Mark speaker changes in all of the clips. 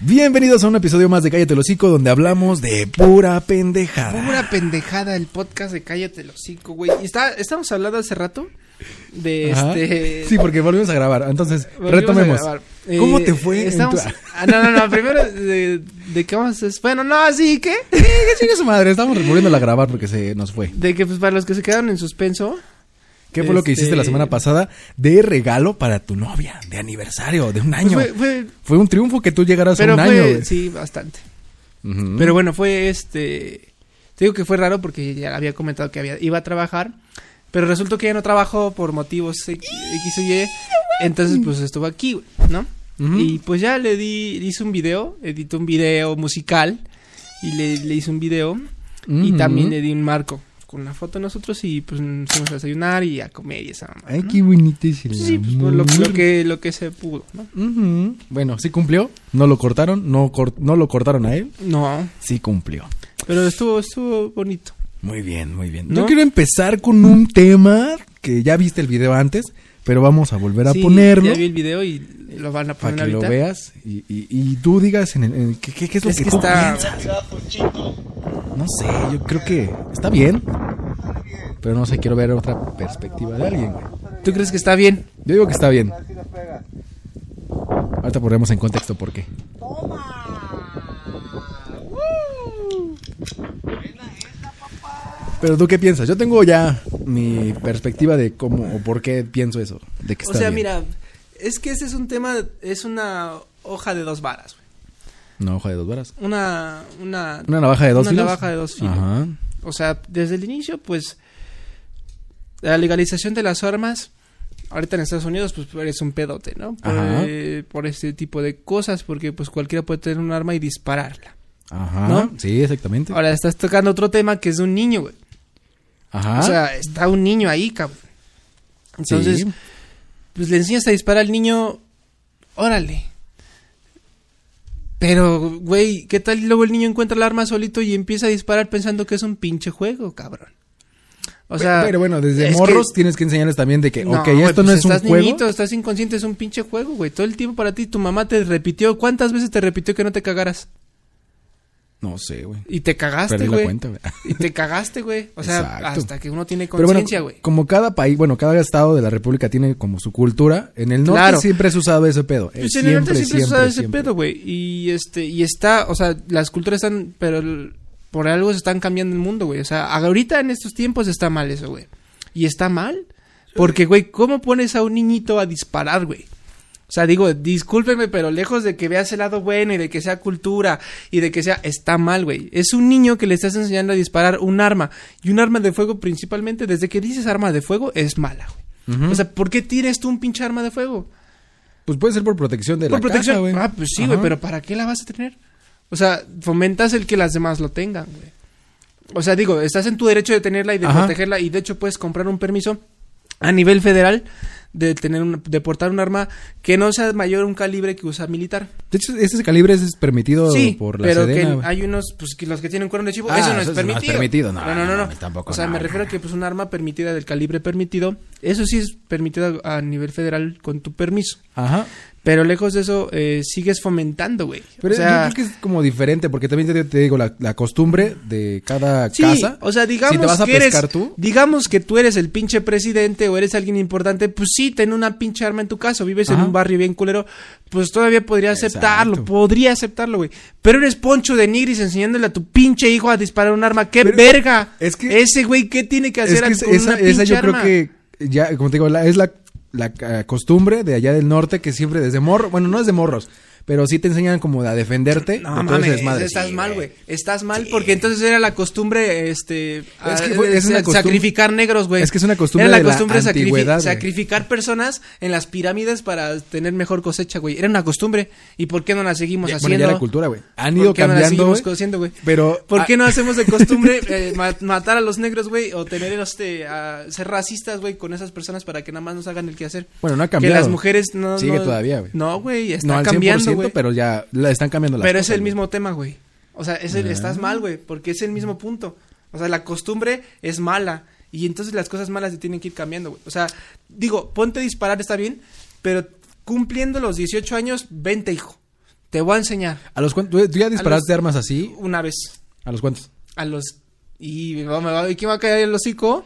Speaker 1: Bienvenidos a un episodio más de Cállate el Hocico, donde hablamos de pura pendejada.
Speaker 2: Pura pendejada el podcast de Cállate el hocico, güey. Y está, estábamos hablando hace rato de
Speaker 1: Ajá.
Speaker 2: este.
Speaker 1: Sí, porque volvimos a grabar. Entonces,
Speaker 2: volvimos a
Speaker 1: retomemos.
Speaker 2: grabar.
Speaker 1: ¿Cómo
Speaker 2: Eh,
Speaker 1: te fue? en
Speaker 2: estamos-
Speaker 1: tu-
Speaker 2: Ah, no, no, no. Primero, ¿de, de qué vamos a hacer? Bueno, no, así que.
Speaker 1: ¿Qué chingue su madre? Estábamos volviéndola a grabar porque se nos fue.
Speaker 2: De que, pues, para los que se quedaron en suspenso,
Speaker 1: ¿Qué fue lo que
Speaker 2: Este-
Speaker 1: hiciste la semana pasada de regalo para tu novia, de aniversario, de un
Speaker 2: pues,
Speaker 1: año?
Speaker 2: fue.
Speaker 1: fue,
Speaker 2: fue-
Speaker 1: un triunfo que tú llegaras a
Speaker 2: pero
Speaker 1: un
Speaker 2: fue.
Speaker 1: año. güey.
Speaker 2: sí, bastante.
Speaker 1: Ujú.
Speaker 2: Pero bueno, fue este. Te digo que fue raro porque ya había comentado que había, iba a trabajar. Pero resultó que ya no trabajó por motivos X X o Y. Entonces, pues estuvo aquí, güey, ¿no?
Speaker 1: Ujú.
Speaker 2: Y pues ya le di, hice un video, edité un video musical. Y le, le hice un video. Y
Speaker 1: Ujú.
Speaker 2: también le di un marco con una foto de nosotros. Y pues nos fuimos a desayunar y a comer y esa mamá.
Speaker 1: Ay, qué bonito es el
Speaker 2: Sí, pues por lo,
Speaker 1: amor.
Speaker 2: lo que, lo que se pudo, ¿no?
Speaker 1: Ujú. Bueno, sí cumplió, no lo cortaron, no, cor- no lo cortaron a él,
Speaker 2: No,
Speaker 1: sí cumplió.
Speaker 2: pero estuvo, estuvo bonito.
Speaker 1: Muy bien, muy bien.
Speaker 2: ¿No?
Speaker 1: Yo quiero empezar con un tema que ya viste el video antes, pero vamos a volver a
Speaker 2: Sí,
Speaker 1: ponerlo
Speaker 2: Ya vi el video y lo van a
Speaker 1: para
Speaker 2: poner
Speaker 1: que lo
Speaker 2: ahorita.
Speaker 1: veas y, y- y tú digas en el- en qué, qué- qué es lo
Speaker 2: Es
Speaker 1: que,
Speaker 2: que
Speaker 1: tú
Speaker 2: está-
Speaker 1: piensas. No sé, yo creo que está bien, pero no sé, quiero ver otra perspectiva de alguien. güey.
Speaker 2: ¿Tú crees que está bien?
Speaker 1: Yo digo que está bien. Ahorita ponemos en contexto por qué. Pero tú qué piensas? Yo tengo ya mi perspectiva de cómo o por qué pienso eso, de que
Speaker 2: O
Speaker 1: está
Speaker 2: sea,
Speaker 1: bien.
Speaker 2: mira, es que ese es un tema, es una hoja de dos varas, güey.
Speaker 1: Una hoja de dos varas.
Speaker 2: Una, una,
Speaker 1: Una navaja de dos
Speaker 2: Una
Speaker 1: filos.
Speaker 2: navaja de dos filos.
Speaker 1: Ajá.
Speaker 2: O sea, desde el inicio, pues, la legalización de las armas, ahorita en Estados Unidos, pues, es un pedote, ¿no? Por,
Speaker 1: Ajá.
Speaker 2: eh, por este tipo de cosas, porque, pues, cualquiera puede tener un arma y dispararla.
Speaker 1: Ajá.
Speaker 2: ¿No?
Speaker 1: Sí, exactamente.
Speaker 2: Ahora estás tocando otro tema que es de un niño, güey.
Speaker 1: Ajá.
Speaker 2: O sea, está un niño ahí, cabrón.
Speaker 1: Sí.
Speaker 2: Entonces, pues le enseñas a disparar al niño, órale. Pero, güey, ¿qué tal luego el niño encuentra el arma solito y empieza a disparar pensando que es un pinche juego, cabrón? O
Speaker 1: Pe-
Speaker 2: sea,
Speaker 1: pero bueno, desde
Speaker 2: es que-
Speaker 1: morros tienes que enseñarles también de que, ok,
Speaker 2: güey,
Speaker 1: esto no
Speaker 2: pues
Speaker 1: es un
Speaker 2: estás
Speaker 1: juego.
Speaker 2: niñito, estás inconsciente, es un pinche juego, güey. Todo el tiempo para ti, tu mamá te repitió, ¿cuántas veces te repitió que no te cagaras?
Speaker 1: No sé, güey.
Speaker 2: Y te cagaste,
Speaker 1: Perdí la
Speaker 2: güey.
Speaker 1: cuenta, güey.
Speaker 2: Y te cagaste, güey. O sea,
Speaker 1: Exacto.
Speaker 2: hasta que uno tiene
Speaker 1: Pero bueno,
Speaker 2: conciencia, güey.
Speaker 1: como cada país, bueno, cada estado de la República tiene como su cultura, en el norte
Speaker 2: Claro.
Speaker 1: siempre es usado ese pedo. eh,
Speaker 2: Pues en
Speaker 1: siempre,
Speaker 2: el norte siempre, se usaba ese
Speaker 1: siempre.
Speaker 2: pedo, güey. Y este, y está, o sea, las culturas están, pero el- por algo se están cambiando el mundo, güey. O sea, ahorita en estos tiempos está mal eso, güey. Y está mal. Porque, güey, ¿cómo pones a un niñito a disparar, güey? O sea, digo, discúlpeme, pero lejos de que veas el lado bueno y de que sea cultura y de que sea... Está mal, güey. Es un niño que le estás enseñando a disparar un arma. Y un arma de fuego principalmente, desde que dices arma de fuego, es mala, güey.
Speaker 1: Ujú.
Speaker 2: O sea, ¿por qué tienes tú un pinche arma de fuego?
Speaker 1: Pues puede ser por protección de
Speaker 2: Por
Speaker 1: la
Speaker 2: protección.
Speaker 1: casa, güey.
Speaker 2: ah, pues sí, güey,
Speaker 1: Ajá.
Speaker 2: pero ¿para qué la vas a tener? O sea, fomentas el que las demás lo tengan, güey. O sea, digo, estás en tu derecho de tenerla y de
Speaker 1: Ajá.
Speaker 2: protegerla y de hecho puedes comprar un permiso a nivel federal de tener un, de portar un arma que no sea mayor a un calibre que usa militar.
Speaker 1: De hecho, ese calibre es permitido
Speaker 2: sí,
Speaker 1: por la
Speaker 2: pero
Speaker 1: Sedena,
Speaker 2: que
Speaker 1: güey.
Speaker 2: hay unos, pues que los que tienen cuerno de chivo,
Speaker 1: Ah,
Speaker 2: eso no es
Speaker 1: eso no es
Speaker 2: permitido.
Speaker 1: permitido, no,
Speaker 2: no, no,
Speaker 1: no,
Speaker 2: no,
Speaker 1: no, tampoco,
Speaker 2: o sea,
Speaker 1: no,
Speaker 2: me
Speaker 1: no,
Speaker 2: refiero
Speaker 1: no.
Speaker 2: a que pues un arma permitida del calibre permitido, eso sí es permitido a nivel federal con tu permiso.
Speaker 1: Ajá.
Speaker 2: Pero lejos de eso, eh, sigues fomentando, güey.
Speaker 1: Pero
Speaker 2: o sea,
Speaker 1: yo creo que es como diferente, porque también te, te digo, la, la costumbre de cada
Speaker 2: sí,
Speaker 1: casa.
Speaker 2: o sea, digamos
Speaker 1: si te vas a
Speaker 2: que eres,
Speaker 1: pescar tú.
Speaker 2: digamos que tú eres el pinche presidente o eres alguien importante, pues sí, ten una pinche arma en tu caso, vives
Speaker 1: Ajá.
Speaker 2: en un barrio bien culero, pues todavía podría aceptarlo,
Speaker 1: Exacto.
Speaker 2: podría aceptarlo, güey. Pero eres Poncho de Nigris enseñándole a tu pinche hijo a disparar un arma, qué
Speaker 1: Pero,
Speaker 2: verga.
Speaker 1: es que-
Speaker 2: ese güey qué tiene que hacer
Speaker 1: Es que es-
Speaker 2: con
Speaker 1: esa,
Speaker 2: una
Speaker 1: esa yo
Speaker 2: pinche
Speaker 1: creo
Speaker 2: arma?
Speaker 1: que, ya, como te digo, la- es la, la eh, costumbre de allá del norte que siempre desde morro, bueno, no desde morros, pero sí te enseñan como a defenderte.
Speaker 2: No
Speaker 1: de todo ese
Speaker 2: mames,
Speaker 1: desmadre.
Speaker 2: estás
Speaker 1: Sí,
Speaker 2: mal, güey. Estás mal porque entonces era la costumbre, este, a-
Speaker 1: que fue- es una
Speaker 2: sa-
Speaker 1: costum-
Speaker 2: sacrificar negros, güey.
Speaker 1: Es que es una costumbre
Speaker 2: Era
Speaker 1: de
Speaker 2: la
Speaker 1: la
Speaker 2: costumbre sacrifi-
Speaker 1: antigüedad, güey.
Speaker 2: sacrificar personas en las pirámides para tener mejor cosecha, güey. Era una costumbre. ¿Y por qué no la seguimos
Speaker 1: Ya- bueno,
Speaker 2: haciendo?
Speaker 1: ya la cultura, güey. Han
Speaker 2: ¿Por
Speaker 1: ido
Speaker 2: qué no la
Speaker 1: cambiando,
Speaker 2: seguimos
Speaker 1: güey.
Speaker 2: haciendo, güey?
Speaker 1: Pero
Speaker 2: ¿Por
Speaker 1: ah,
Speaker 2: qué no hacemos de costumbre eh, ma- matar a los negros, güey? O tener este, a- ser racistas, güey, con esas personas para que nada más nos hagan el quehacer.
Speaker 1: Bueno, no ha
Speaker 2: Que
Speaker 1: cambiado.
Speaker 2: las mujeres no.
Speaker 1: Sigue
Speaker 2: no-
Speaker 1: todavía, güey.
Speaker 2: No, güey, está
Speaker 1: no al
Speaker 2: cambiando,
Speaker 1: 100%,
Speaker 2: güey.
Speaker 1: pero ya la están cambiando las
Speaker 2: Pero es
Speaker 1: cosas,
Speaker 2: el
Speaker 1: güey.
Speaker 2: mismo tema, güey. O sea, es el- estás mal, güey, porque es el mismo punto. O sea, la costumbre es mala. Y entonces las cosas malas se tienen que ir cambiando, güey. O sea, digo, ponte a disparar, está bien, pero cumpliendo los 18 años, vente, hijo. Te voy a enseñar.
Speaker 1: ¿A los cuantos? ¿Tú ya disparaste armas así?
Speaker 2: Una vez.
Speaker 1: ¿A los cuantos?
Speaker 2: A los. Y me va, me va, ¿y quién va a caer el hocico?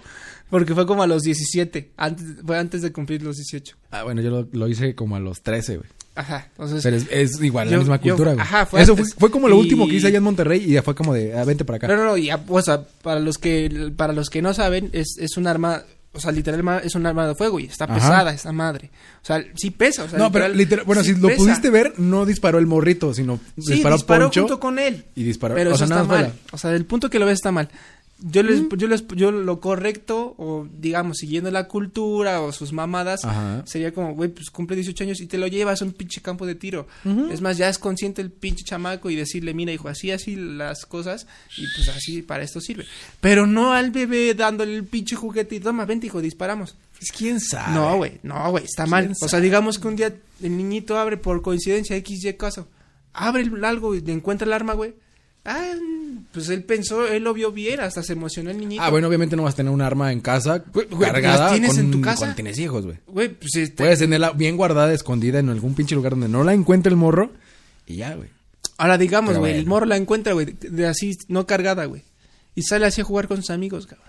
Speaker 2: Porque fue como a los 17. Antes, fue antes de cumplir los 18.
Speaker 1: Ah, bueno, yo lo, lo hice como a los 13, güey.
Speaker 2: Ajá. Entonces.
Speaker 1: Pero es, es igual,
Speaker 2: Pues Yo-
Speaker 1: la misma
Speaker 2: yo-
Speaker 1: cultura, güey.
Speaker 2: ajá, fue
Speaker 1: Eso fue,
Speaker 2: antes.
Speaker 1: fue como lo
Speaker 2: Y-
Speaker 1: último que hice allá en Monterrey y ya fue como de, ah, vente para acá.
Speaker 2: No, no, no, y, o sea, para los que, para los que no saben, es, es un arma, o sea, literal ma- es un arma de fuego y está
Speaker 1: Ajá.
Speaker 2: pesada esta madre. O sea, sí pesa, o sea,
Speaker 1: no, pero literal, bueno,
Speaker 2: sí
Speaker 1: si lo
Speaker 2: pesa.
Speaker 1: pudiste ver, no disparó el morrito, sino
Speaker 2: sí,
Speaker 1: disparó,
Speaker 2: disparó,
Speaker 1: Poncho
Speaker 2: junto con él.
Speaker 1: y disparó.
Speaker 2: Pero
Speaker 1: o
Speaker 2: eso
Speaker 1: sea, nada
Speaker 2: está
Speaker 1: más fue
Speaker 2: mal.
Speaker 1: la-
Speaker 2: O sea, del punto que lo ves está mal. Yo les, yo les, yo lo correcto, o digamos, siguiendo la cultura o sus mamadas,
Speaker 1: Ajá.
Speaker 2: sería como, güey, pues cumple 18 años y te lo llevas a un pinche campo de tiro. Es más, ya es consciente el pinche chamaco y decirle, mira, hijo, así, así las cosas, y pues así para esto sirve. Pero no al bebé dándole el pinche juguete y toma, vente, hijo, disparamos.
Speaker 1: Pues, ¿Quién sabe?
Speaker 2: No, güey, no, güey, está mal.
Speaker 1: ¿Quién
Speaker 2: O sea,
Speaker 1: sabe?
Speaker 2: digamos que un día el niñito abre por coincidencia XY caso. Abre el- algo y le encuentra el arma, güey. Ah, pues él pensó, él lo vio bien, hasta se emocionó el niñito.
Speaker 1: Ah, bueno, obviamente no vas a tener un arma en casa
Speaker 2: güey,
Speaker 1: cargada.
Speaker 2: ¿las tienes
Speaker 1: con-
Speaker 2: en tu casa?
Speaker 1: cuando tienes hijos, güey.
Speaker 2: Güey, pues este,
Speaker 1: Puedes tenerla bien guardada, escondida en algún pinche lugar donde no la encuentre el morro y ya, güey.
Speaker 2: ahora digamos,
Speaker 1: Pero
Speaker 2: güey, el
Speaker 1: bueno.
Speaker 2: morro la encuentra, güey, de- de así, no cargada, güey. Y sale así a jugar con sus amigos, cabrón.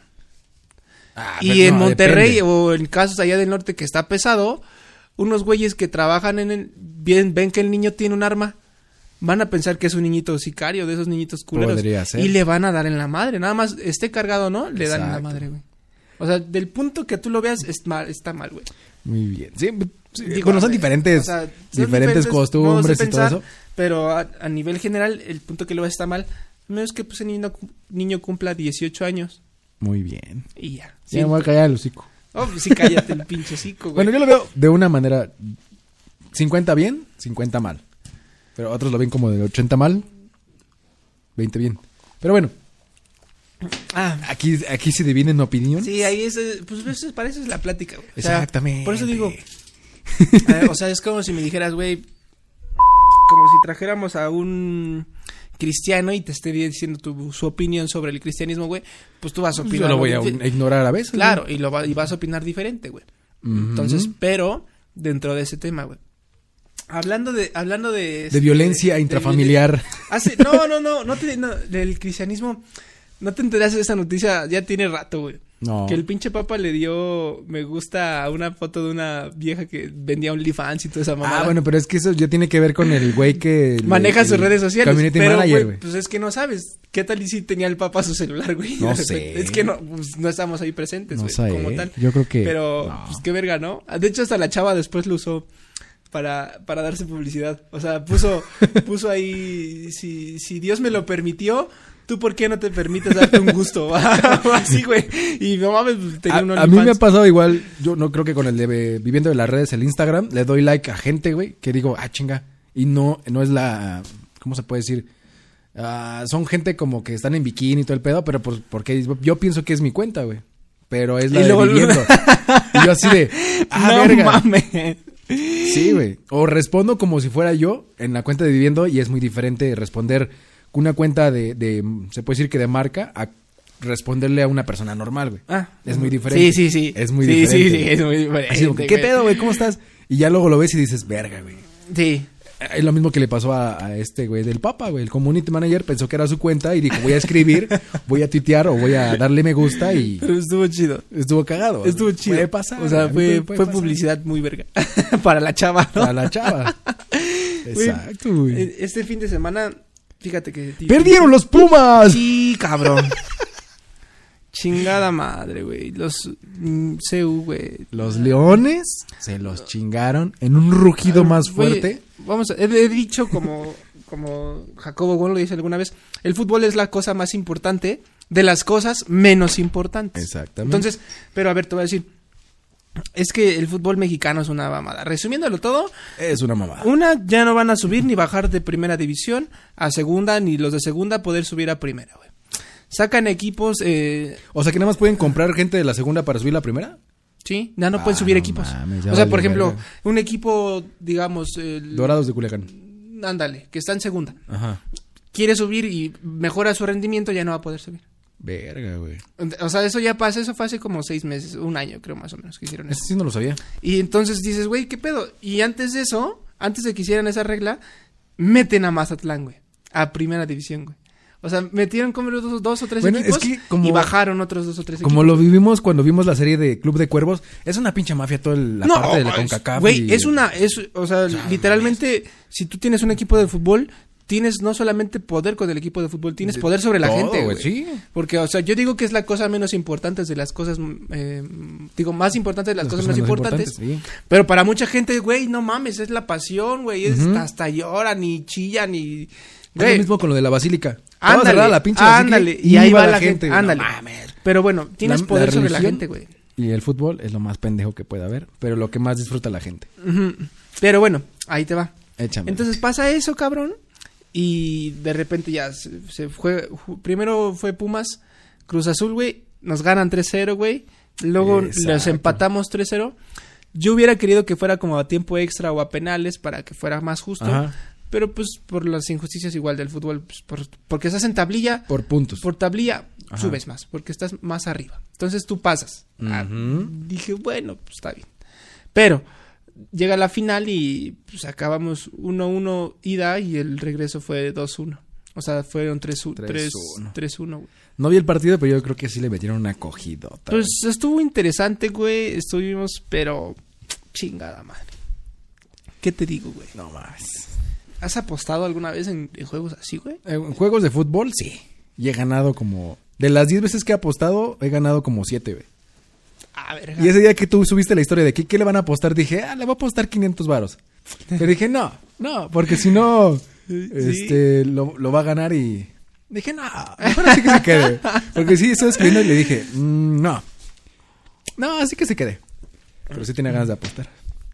Speaker 1: Ah,
Speaker 2: Y
Speaker 1: pero
Speaker 2: en
Speaker 1: no,
Speaker 2: Monterrey
Speaker 1: depende.
Speaker 2: o en casos allá del norte que está pesado, unos güeyes que trabajan en el bien ven que el niño tiene un arma, van a pensar que es un niñito sicario de esos niñitos culeros
Speaker 1: Podría ser.
Speaker 2: y le van a dar en la madre, nada más esté cargado o no, le dan en la
Speaker 1: Exacto.
Speaker 2: madre, güey. O sea, del punto que tú lo veas es mal- está mal, güey.
Speaker 1: Muy bien. Sí, pues, sí,
Speaker 2: Digo,
Speaker 1: bueno,
Speaker 2: a
Speaker 1: son
Speaker 2: ver,
Speaker 1: diferentes,
Speaker 2: o sea, son
Speaker 1: diferentes, costumbres
Speaker 2: modos de
Speaker 1: y todo
Speaker 2: pensar,
Speaker 1: eso.
Speaker 2: Pero a, a nivel general, el punto que lo veas está mal, no es que pues, el niño, niño cumpla 18 años
Speaker 1: Muy bien.
Speaker 2: y ya.
Speaker 1: Ya me voy a callar el hocico.
Speaker 2: Oh, pues sí, cállate el pinche cico, güey.
Speaker 1: Bueno, yo lo veo de una manera 50 bien, 50 mal. Pero otros lo ven como de 80 mal, 20 bien. Pero bueno,
Speaker 2: Ah,
Speaker 1: aquí, aquí se dividen opiniones.
Speaker 2: Sí, ahí es, eh, pues eso, para eso es la plática, güey. O sea,
Speaker 1: ¿Mm? Exactamente.
Speaker 2: por eso digo, eh, o sea, es como si me dijeras, güey, como si trajéramos a un cristiano y te esté diciendo tu, su opinión sobre el cristianismo, güey, pues tú vas a opinar.
Speaker 1: Yo lo voy a
Speaker 2: güey,
Speaker 1: un- ignorar a veces.
Speaker 2: Claro, y, lo va- y vas a opinar diferente, güey. Entonces, pero dentro de ese tema, güey. Hablando de, hablando de...
Speaker 1: De violencia intrafamiliar.
Speaker 2: Hace, no, no, no, no, te, no, del cristianismo, no te enteraste de esa noticia, ya tiene rato, güey.
Speaker 1: No.
Speaker 2: Que el pinche papa le dio me gusta a una foto de una vieja que vendía OnlyFans y toda esa mamada.
Speaker 1: Ah, bueno, pero es que eso ya tiene que ver con el güey que...
Speaker 2: Maneja
Speaker 1: el-
Speaker 2: sus
Speaker 1: el
Speaker 2: redes sociales.
Speaker 1: Community
Speaker 2: pero,
Speaker 1: manager,
Speaker 2: güey,
Speaker 1: güey.
Speaker 2: Pues es que no sabes. ¿Qué tal y si tenía el papa su celular, güey?
Speaker 1: No
Speaker 2: De repente-
Speaker 1: sé.
Speaker 2: Es que no, pues, no estamos ahí presentes,
Speaker 1: No
Speaker 2: güey.
Speaker 1: sé, ¿eh?
Speaker 2: Como tal.
Speaker 1: yo creo que-
Speaker 2: Pero,
Speaker 1: no.
Speaker 2: pues qué verga, ¿no? De hecho, hasta la chava después lo usó para, para darse publicidad. O sea, puso, puso ahí. Si, si Dios me lo permitió. ¿Tú por qué no te permites darte un gusto? Así, güey. Y no mames, pues, tenía un
Speaker 1: a, a mí me ha
Speaker 2: OnlyFans.
Speaker 1: pasado igual, yo no creo que con el de viviendo de las redes, el Instagram, le doy like a gente, güey, que digo, ah, chinga. Y no, no es la, ¿cómo se puede decir? Ah, son gente como que están en bikini y todo el pedo, pero por- porque yo pienso que es mi cuenta, güey. Pero es la
Speaker 2: Y
Speaker 1: de
Speaker 2: luego-
Speaker 1: viviendo. y yo así de, ah,
Speaker 2: no
Speaker 1: verga.
Speaker 2: mames.
Speaker 1: Sí, güey. O respondo como si fuera yo en la cuenta de viviendo y es muy diferente responder con una cuenta de, de, se puede decir que de marca, a responderle a una persona normal, güey.
Speaker 2: Ah.
Speaker 1: es muy diferente.
Speaker 2: Sí, sí, sí.
Speaker 1: Es muy
Speaker 2: Sí,
Speaker 1: diferente.
Speaker 2: Sí, sí, es muy diferente.
Speaker 1: Así como que, ¿qué
Speaker 2: güey.
Speaker 1: pedo, güey? ¿Cómo estás? Y ya luego lo ves y dices, verga, güey.
Speaker 2: Sí.
Speaker 1: Es lo mismo que le pasó a, a este güey del Papa, güey. El community manager pensó que era su cuenta y dijo, voy a escribir, voy a tuitear o voy a darle me gusta y
Speaker 2: Pero estuvo chido.
Speaker 1: estuvo cagado.
Speaker 2: Estuvo chido.
Speaker 1: Puede pasar.
Speaker 2: o sea,
Speaker 1: güey,
Speaker 2: fue,
Speaker 1: puede- puede
Speaker 2: fue
Speaker 1: pasar.
Speaker 2: publicidad muy verga. Para la chava, ¿no?
Speaker 1: Para la chava.
Speaker 2: Güey,
Speaker 1: Exacto, güey.
Speaker 2: eh, Este fin de semana, fíjate que.
Speaker 1: ¡Perdieron los Pumas!
Speaker 2: Sí, cabrón. Chingada madre, güey. Los mm, CU, güey.
Speaker 1: Los leones se los chingaron en un rugido más
Speaker 2: Güey,
Speaker 1: fuerte.
Speaker 2: vamos, a- he, he dicho como, como Jacobo Gon lo dice alguna vez, el fútbol es la cosa más importante de las cosas menos importantes.
Speaker 1: Exactamente.
Speaker 2: Entonces, pero a ver, te voy a decir, es que el fútbol mexicano es una mamada. Resumiéndolo todo,
Speaker 1: Es una mamada.
Speaker 2: una, ya no van a subir ni bajar de primera división a segunda, ni los de segunda poder subir a primera, güey. Sacan equipos, eh,
Speaker 1: O sea, que nada más pueden comprar gente de la segunda para subir la primera.
Speaker 2: sí, ya no
Speaker 1: Ah,
Speaker 2: pueden subir
Speaker 1: no
Speaker 2: equipos.
Speaker 1: mames, ya
Speaker 2: o sea,
Speaker 1: valió
Speaker 2: por ejemplo,
Speaker 1: verga.
Speaker 2: un equipo, digamos, el-
Speaker 1: Dorados de Culiacán.
Speaker 2: ándale, que está en segunda.
Speaker 1: Ajá.
Speaker 2: quiere subir y mejora su rendimiento, ya no va a poder subir.
Speaker 1: Verga, güey.
Speaker 2: O sea, eso ya pasa, eso fue hace como seis meses, un año creo más o menos que hicieron
Speaker 1: Eso
Speaker 2: eso.
Speaker 1: sí no lo sabía.
Speaker 2: Y entonces dices, güey, ¿qué pedo? Y antes de eso, antes de que hicieran esa regla, meten a Mazatlán, güey. A primera división, güey. O sea, metieron como los dos, dos o tres
Speaker 1: Bueno, es
Speaker 2: equipos
Speaker 1: que como-
Speaker 2: y bajaron otros dos o tres
Speaker 1: Como lo
Speaker 2: equipos.
Speaker 1: vivimos cuando vimos la serie de Club de Cuervos, es una pinche mafia toda la
Speaker 2: No,
Speaker 1: parte de la
Speaker 2: es-
Speaker 1: CONCACAF.
Speaker 2: Güey,
Speaker 1: y-
Speaker 2: es una, es, o sea, literalmente, si tú tienes un equipo de fútbol, tienes no solamente poder con el equipo de fútbol, tienes
Speaker 1: De
Speaker 2: poder sobre la
Speaker 1: todo,
Speaker 2: gente,
Speaker 1: güey,
Speaker 2: güey.
Speaker 1: sí.
Speaker 2: Porque, o sea, yo digo que es la cosa menos importante de las cosas, eh, digo, más importante de las, cosas, menos importantes. Pero para mucha gente, güey, no mames, es la pasión, güey. es- Hasta lloran y chillan y.
Speaker 1: Es lo
Speaker 2: Güey,
Speaker 1: mismo con lo de la basílica. Estaba cerrada
Speaker 2: ándale,
Speaker 1: la pinche basílica
Speaker 2: ándale. Y ahí
Speaker 1: iba
Speaker 2: va la gente,
Speaker 1: güey, no
Speaker 2: ándale.
Speaker 1: mames.
Speaker 2: Pero bueno, tienes
Speaker 1: La- la
Speaker 2: poder sobre la
Speaker 1: religión-
Speaker 2: gente, güey.
Speaker 1: Y el fútbol es lo más pendejo que puede haber, pero lo que más disfruta la gente.
Speaker 2: Ujú. Pero bueno, ahí te va.
Speaker 1: Échame.
Speaker 2: Entonces pasa eso, cabrón. Y de repente ya se, se fue. ju- Primero fue Pumas, Cruz Azul, güey. Nos ganan 3-0, güey. Luego
Speaker 1: Exacto.
Speaker 2: los empatamos 3-0. Yo hubiera querido que fuera como a tiempo extra o a penales para que fuera más justo.
Speaker 1: Ajá.
Speaker 2: Pero pues por las injusticias igual del fútbol, pues, por- porque estás en tablilla, por,
Speaker 1: por puntos.
Speaker 2: tablilla
Speaker 1: Pues, Ajá.
Speaker 2: subes más, porque estás más arriba. Entonces tú pasas. Ah,
Speaker 1: Ujú.
Speaker 2: Dije, bueno, pues está bien. Pero llega la final y pues acabamos 1-1 ida y el regreso fue 2-1. O sea, fueron 3-1.
Speaker 1: 3-1.
Speaker 2: 3-1, güey.
Speaker 1: No vi el partido, pero yo creo que sí le metieron una cogidota.
Speaker 2: Pues estuvo interesante, güey. Estuvimos, pero chingada madre. ¿Qué te digo, güey?
Speaker 1: no más. Eh,
Speaker 2: ¿Has apostado alguna vez en, en juegos así, güey?
Speaker 1: En juegos de fútbol, sí. Y he ganado como. De las 10 veces que he apostado, he ganado como 7, güey.
Speaker 2: A ver,
Speaker 1: Y ese día que tú subiste la historia de que, ¿qué le van a apostar? Dije, ah, le voy a apostar 500 varos. Pero dije, no, no, porque si no, este, lo, lo va a ganar y... Dije, no, mejor así que se quede. Porque sí, estaba escribiendo y le dije, "Mm, no. No, así que se quede. Pero sí tenía ganas de apostar.